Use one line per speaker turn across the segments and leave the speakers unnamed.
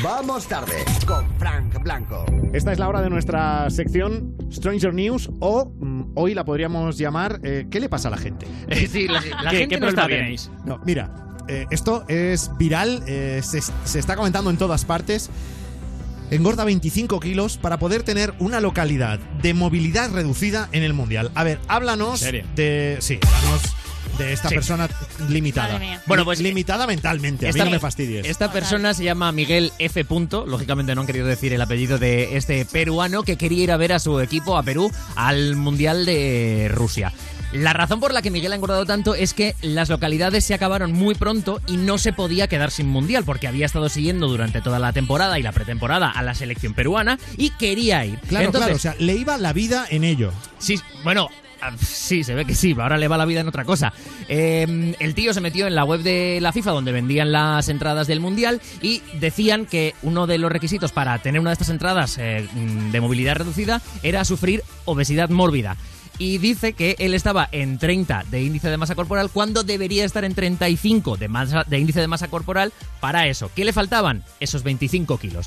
Vamos tarde con Frank Blanco.
Esta es la hora de nuestra sección Stranger News o mm, hoy la podríamos llamar eh, ¿Qué le pasa a la gente?
Es decir, la, la
¿Qué-
gente
qué
no está
problema
bien.
tenéis?
No, mira, eh, esto es viral, eh, se, se está comentando en todas partes. Engorda 25 kilos para poder tener una localidad de movilidad reducida en el mundial. A ver, háblanos
¿En serio?
de. Sí, háblanos de esta
Sí.
persona limitada.
Madre mía.
Bueno, pues-
Limitada mentalmente. A mí
Esta-
no me fastidies.
Esta persona se llama Miguel F. Punto. Lógicamente no han querido decir el apellido de este peruano que quería ir a ver a su equipo, a Perú, al Mundial de Rusia. La razón por la que Miguel ha engordado tanto es que las localidades se acabaron muy pronto y no se podía quedar sin mundial porque había estado siguiendo durante toda la temporada y la pretemporada a la selección peruana y quería ir.
Claro,
Entonces,
claro, o sea, le iba la vida en ello.
Sí, bueno, ah, sí, se ve que sí, ahora le va la vida en otra cosa. Eh, el tío se metió en la web de la FIFA donde vendían las entradas del Mundial y decían que uno de los requisitos para tener una de estas entradas eh, mm, de movilidad reducida era sufrir obesidad mórbida. Y dice que él estaba en 30 de índice de masa corporal cuando debería estar en 35 de, masa, de índice de masa corporal para eso. ¿Qué le faltaban? Esos 25 kilos.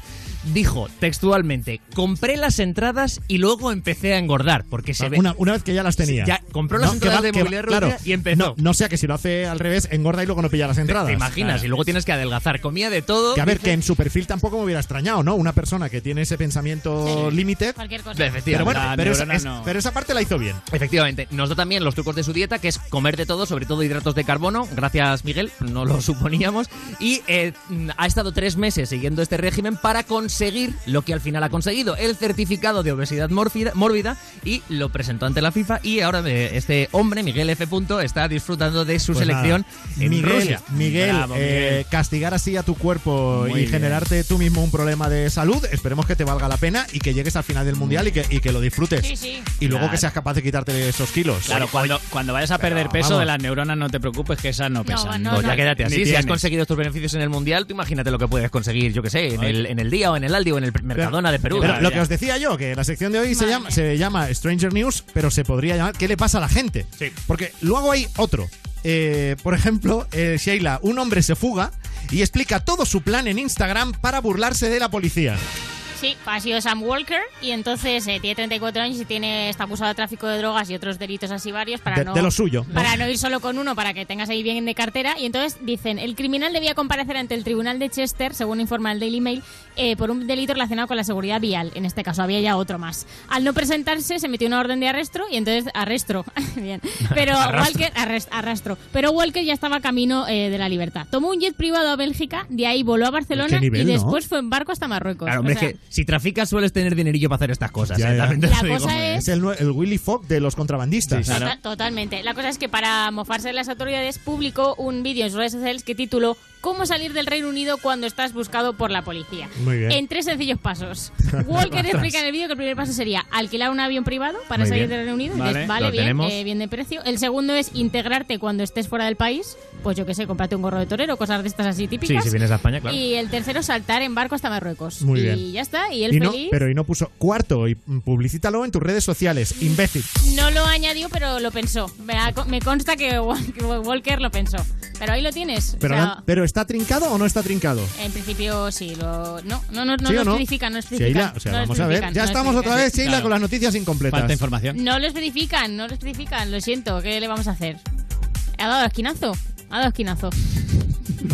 Dijo textualmente, compré las entradas y luego empecé a engordar porque se ve...
Una, una vez que ya las tenía.
Ya, compró las entradas de movilidad reducida y empezó.
No, no sea que si lo hace al revés, engorda y luego no pilla las
Te-
entradas.
Te imaginas,
Claro.
y luego tienes que adelgazar. Comía de todo.
Que a ver, que en su perfil tampoco me hubiera extrañado, ¿no? Una persona que tiene ese pensamiento
Sí.
límite.
Cualquier cosa.
Efectivamente.
Pero bueno,
la
pero esa,
neurona
es-
no.
pero esa parte la hizo bien.
Efectivamente, nos da también los trucos de su dieta, que es comer de todo, sobre todo hidratos de carbono. Gracias, Miguel, no lo suponíamos. Y eh, mm, ha estado tres meses siguiendo este régimen para conseguir lo que al final ha conseguido, el certificado de obesidad mórfida- mórbida, y lo presentó ante la FIFA. Y ahora eh, este hombre, Miguel F. Punto, está disfrutando de su
Pues nada.
selección en
Miguel,
Rusia.
Miguel,
Bravo,
eh,
Miguel.
castigar así a tu cuerpo
Muy
y
bien.
generarte tú mismo un problema de salud, esperemos que te valga la pena y que llegues al final del mundial y que, y que lo disfrutes.
Sí, sí.
Y luego
Claro.
que seas capaz de quitarte esos kilos.
Claro, cuando, cuando vayas a perder peso
vamos.
de las neuronas no te preocupes que esas no pesan.
no,
Pues
no.
ya quédate
Ni
así. Si has
tienes.
conseguido estos beneficios en el Mundial, tú imagínate lo que puedes conseguir, yo que sé, en
Ay.
el, en el día o en el Aldi o en el Mercadona de Perú.
Pero
Claro,
lo
ya.
que os decía yo, que la sección de hoy se
Madre
llama,
mía.
se llama Stranger News, pero se podría llamar ¿Qué le pasa a la gente?
Sí.
Porque luego hay otro. Eh, por ejemplo, eh, Sheila, un hombre se fuga y explica todo su plan en Instagram para burlarse de la policía.
Sí, ha sido Sam Walker y entonces eh, tiene 34 años y tiene, está acusado de tráfico de drogas y otros delitos así varios para
De,
no...
de lo suyo.
Para no ir solo con uno, para que tengas ahí bien de cartera. Y entonces dicen, el criminal debía comparecer ante el tribunal de Chester, según informa el Daily Mail, eh, por un delito relacionado con la seguridad vial. En este caso había ya otro más. Al no presentarse, se metió una orden de arresto y entonces arresto. bien. Pero Walker, arrest- arrastro. Pero Walker ya estaba camino eh, de la libertad. Tomó un jet privado a Bélgica, de ahí voló a Barcelona
nivel,
y
¿no?
después fue en barco hasta Marruecos.
Claro, hombre,
O sea,
es que si traficas sueles tener dinerillo para hacer estas cosas.
Ya,
¿eh?
ya.
También te
La
lo digo.
cosa es
Es el, nue- el Willy Fogg de los contrabandistas.
Sí, sí. Claro.
Total- Tota-, totalmente. La cosa es que para mofarse de las autoridades publicó un vídeo en sus redes sociales que tituló ¿Cómo salir del Reino Unido cuando estás buscado por la policía?
Muy bien.
En tres sencillos pasos. Walker explica en el vídeo que el primer paso sería alquilar un avión privado para
Muy
salir
bien.
del Reino Unido.
Vale,
Dices,
lo
bien,
tenemos.
eh, bien de precio. El segundo es integrarte cuando estés fuera del país. Pues yo qué sé, cómprate un gorro de torero, cosas de estas así
Sí,
típicas.
si vienes a España, claro.
Y el tercero, saltar en barco hasta Marruecos.
Muy
y
bien.
ya está. Y él
Y no-
feliz.
pero y no puso cuarto y mm, publicítalo en tus redes sociales, imbécil.
No lo añadió, pero lo pensó. Me, ha- me consta que Wal- que Walker lo pensó. Pero ahí lo tienes.
Pero,
O sea,
no- pero está trincado o no está trincado?
en principio sí, lo, no, no, no, no
¿Sí
lo
o no?
especifican, no lo especifican.
Sheila, o sea,
no lo
vamos a ver.
especifican,
Ya
no lo
estamos otra vez,
especifican.
Sheila,
Claro.
con las noticias incompletas.
Falta información.
No lo especifican, no lo especifican, lo siento, ¿qué le vamos a hacer? Ha dado esquinazo, ha dado esquinazo.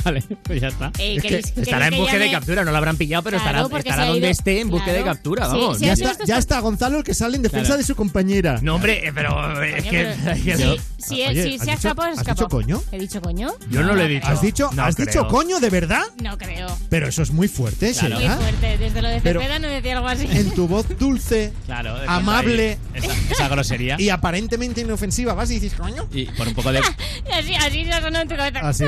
Vale, pues ya está.
Eh,
Es que
¿queréis- queréis
Estará en
que
busca de
llame?
captura, no la habrán pillado, pero
Claro,
estará,
porque
estará
se ha
donde
ido-
esté en busca de
claro.
captura,
Sí,
vamos.
sí,
Ya
ha sido
está,
esto-
ya está Gonzalo el que sale en defensa
Claro.
de su compañera.
No, hombre, eh, pero eh, es
Coño,
que...
pero-
es que-
Sí, si,
Oye,
si
¿has
se ha
dicho-
escapado,
has
se ha escapado.
dicho coño?
¿He dicho coño?
Yo no lo he dicho.
¿Has dicho,
No
¿has
creo.
dicho coño de verdad?
No creo.
Pero eso es muy fuerte,
Claro.
Muy
Sheila.
fuerte, desde lo de
Pero-
Cepeda no decía algo así.
En tu voz dulce
Claro, es que
Amable.
está ahí. Esa, esa grosería.
y aparentemente inofensiva vas y dices, coño.
Y por un poco de.
Así, así se ha sonado en tu cabeza.
Así-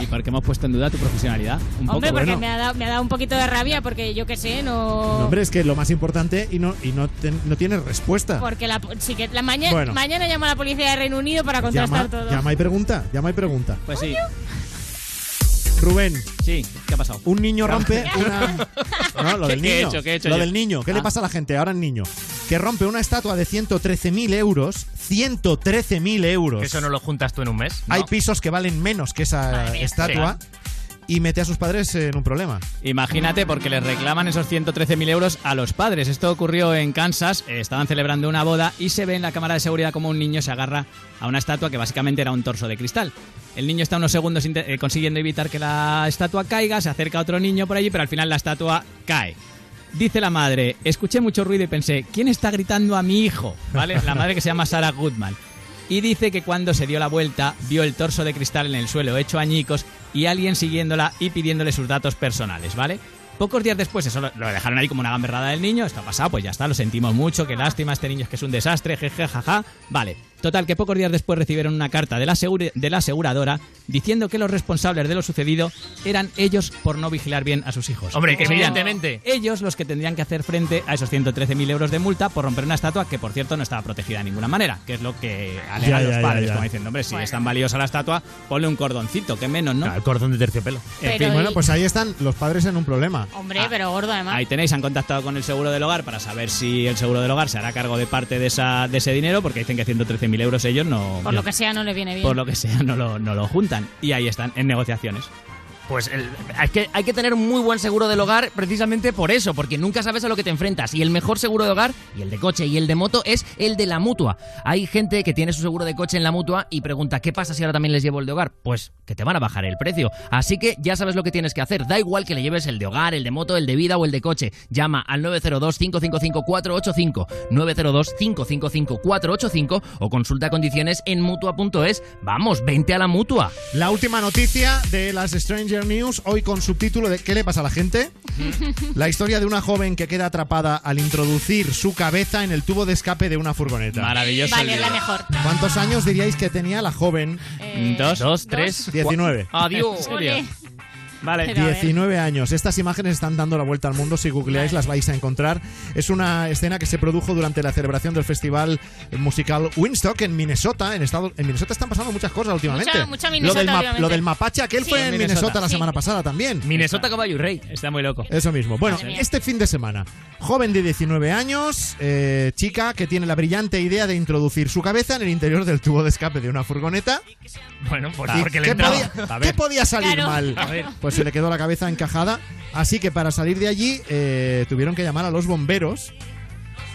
Y porque hemos puesto en duda tu profesionalidad. Un
Hombre,
poco,
porque
bueno.
me, ha dado, me ha dado un poquito de rabia porque yo qué sé, no...
No, hombre, es que lo más importante y no, y no, ten- no tienes respuesta.
Porque la, po- sí que la mañana,
Bueno.
mañana llamo a la policía de Reino Unido para
llama,
contrastar todo.
llama y pregunta, llama y pregunta.
Pues sí,
Rubén,
sí, ¿qué ha pasado?
un niño rompe una. No, lo del
¿Qué he
niño.
hecho? ¿Qué he hecho
lo
yo?
del niño. ¿Qué le
Ah.
pasa a la gente? Ahora el niño. Que rompe una estatua de 113.000 euros. 113.000 euros. Pues
Eso no lo juntas tú en un mes. ¿no?
Hay pisos que valen menos que esa
Madre mía.
estatua. y mete a sus padres en un problema.
Imagínate, porque les reclaman esos 113.000 euros a los padres. Esto ocurrió en Kansas, eh, estaban celebrando una boda y se ve en la cámara de seguridad como un niño se agarra a una estatua que básicamente era un torso de cristal. El niño está unos segundos inte- eh, consiguiendo evitar que la estatua caiga, se acerca otro niño por allí, pero al final la estatua cae. Dice la madre, escuché mucho ruido y pensé, ¿quién está gritando a mi hijo? ¿Vale? La madre que se llama Sarah Goodman. Y dice que cuando se dio la vuelta, vio el torso de cristal en el suelo hecho añicos y alguien siguiéndola y pidiéndole sus datos personales, ¿vale? Pocos días después, eso lo, lo dejaron ahí como una gamberrada del niño, esto ha pasado, pues ya está, lo sentimos mucho, qué lástima, este niño es que es un desastre, jeje, jaja. Vale, total, que pocos días después recibieron una carta de la, asegure- de la aseguradora diciendo que los responsables de lo sucedido eran ellos por no vigilar bien a sus hijos.
Hombre, que
Serían
evidentemente.
ellos los que tendrían que hacer frente a esos 113.000 euros de multa por romper una estatua que, por cierto, no estaba protegida de ninguna manera, que es lo que
Ya,
alegan
ya,
los
ya,
padres,
ya.
como diciendo, hombre, si es tan valiosa la estatua, ponle un cordoncito, que menos, ¿no?
el cordón de terciopelo.
Pero
En fin, bueno,
y-
pues ahí están los padres en un problema.
Hombre,
Ah,
pero gordo además.
Ahí tenéis, han contactado con el seguro del hogar para saber si el seguro del hogar se hará cargo de parte de, esa, de ese dinero, porque dicen que 113.000 euros ellos no...
por lo que sea, no le viene bien.
por lo que sea, no lo, no lo juntan. Y ahí están, en negociaciones.
Pues el- hay, que, hay que tener un muy buen seguro del hogar precisamente por eso, porque nunca sabes a lo que te enfrentas. Y el mejor seguro de hogar, y el de coche y el de moto, es el de la mutua. Hay gente que tiene su seguro de coche en la mutua y pregunta, ¿qué pasa si ahora también les llevo el de hogar? Pues que te van a bajar el precio. Así que ya sabes lo que tienes que hacer. Da igual que le lleves el de hogar, el de moto, el de vida o el de coche. Llama al 902-555-485, 902-555-485 o consulta condiciones en mutua.es. Vamos, vente a la mutua.
La última noticia de las Stranger News, hoy con subtítulo de ¿Qué le pasa a la gente? La historia de una joven que queda atrapada al introducir su cabeza en el tubo de escape de una furgoneta.
Maravilloso.
vale,
el
es la
vídeo.
mejor.
¿Cuántos años diríais que tenía la joven?
Eh,
Dos.
Dos, tres.
19.
Adiós.
serio?
ole.
Vale.
Pero a ver.
19 años. Estas imágenes están dando la vuelta al mundo. Si googleáis las vais a encontrar. Es una escena que se produjo durante la celebración del festival musical Winstock en Minnesota. En, estado, en Minnesota están pasando muchas cosas últimamente.
mucha
lo,
Minnesota
del ma-
últimamente.
lo del mapache, aquel
Sí.
fue en
Minnesota.
Minnesota la
Sí.
semana pasada también.
Minnesota Caballo y Rey.
Está muy loco.
Eso mismo. Bueno,
Madre mía.
este fin de semana, joven de 19 años, eh, chica que tiene la brillante idea de introducir su cabeza en el interior del tubo de escape de una furgoneta.
Bueno, pues
Ah,
¿Y
porque le
¿Qué
entraba.
podía, qué podía salir
Claro.
mal?
A ver.
Pues se le quedó la cabeza encajada. Así que para salir de allí eh, tuvieron que llamar a los bomberos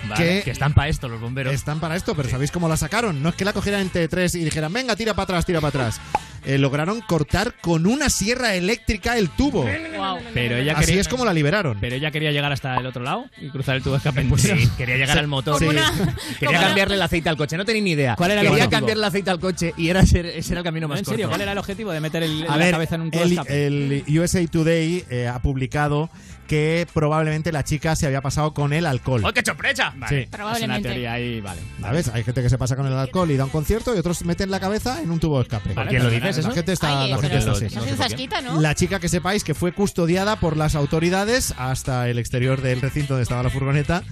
Vale,
que-
que están para esto los bomberos.
están para esto, pero ¿sabéis cómo la sacaron? No es que la cogieran entre tres y dijeran, venga, tira para atrás, tira para atrás. Eh, lograron cortar con una sierra eléctrica el tubo.
Guau.
Pero ella
Así
quería-
es como la liberaron.
Pero ella quería llegar hasta el otro lado y cruzar el tubo de escape
Pues
entero.
sí, quería llegar al motor.
Con
Sí.
una- con
Quería
una-
cambiarle el aceite al coche, no tenía ni idea.
¿Cuál era el
quería
objetivo?
cambiarle el aceite al coche y era ese, ese era el camino
No,
más
en serio,
corto.
¿cuál era el objetivo de meter el,
A
la
ver,
cabeza en un tubo de
el,
escape?
el USA Today eh, ha publicado que probablemente la chica se había pasado con el alcohol.
¡Ay, ¡Oh, qué choprecha!
Sí.
Es
Probablemente.
una teoría ahí, vale.
¿Sabes? Hay gente que se pasa con el alcohol y da un concierto y otros meten la cabeza en un tubo de escape.
¿Por quién lo dices
La
eso?
gente está,
Oye,
la gente
eh, pero
está así.
no hace un zasquita, ¿no? Ah,
La chica que sepáis que fue custodiada por las autoridades hasta el exterior del recinto donde estaba la furgoneta,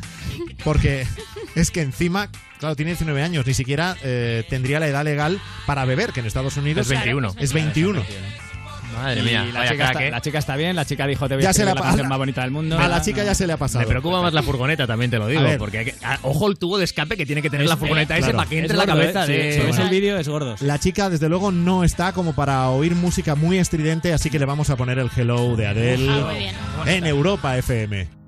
porque es que encima, claro, tiene 19 años, ni siquiera eh, tendría la edad legal para beber, que en Estados Unidos
Es 21.
Es 21.
Madre
Y la, chica está, la chica está bien, la chica dijo te voy
¿eh? Ya
a
se
hacer
la
la,
pa-
canción más bonita del mundo.
A la chica ya se le ha pasado.
Me preocupa más la furgoneta, también te lo digo.
A ver.
Porque hay que- ah, ojo el tubo de escape que tiene que tener la furgoneta ese
claro.
para que entre
Es
la
gordo,
cabeza
¿eh?
de.
Sí, Si ves
bueno.
el vídeo, es gordo.
La chica, desde luego, no está como para oír música muy estridente, así que le vamos a poner el hello de Adele
Ah, muy bien.
en Europa FM.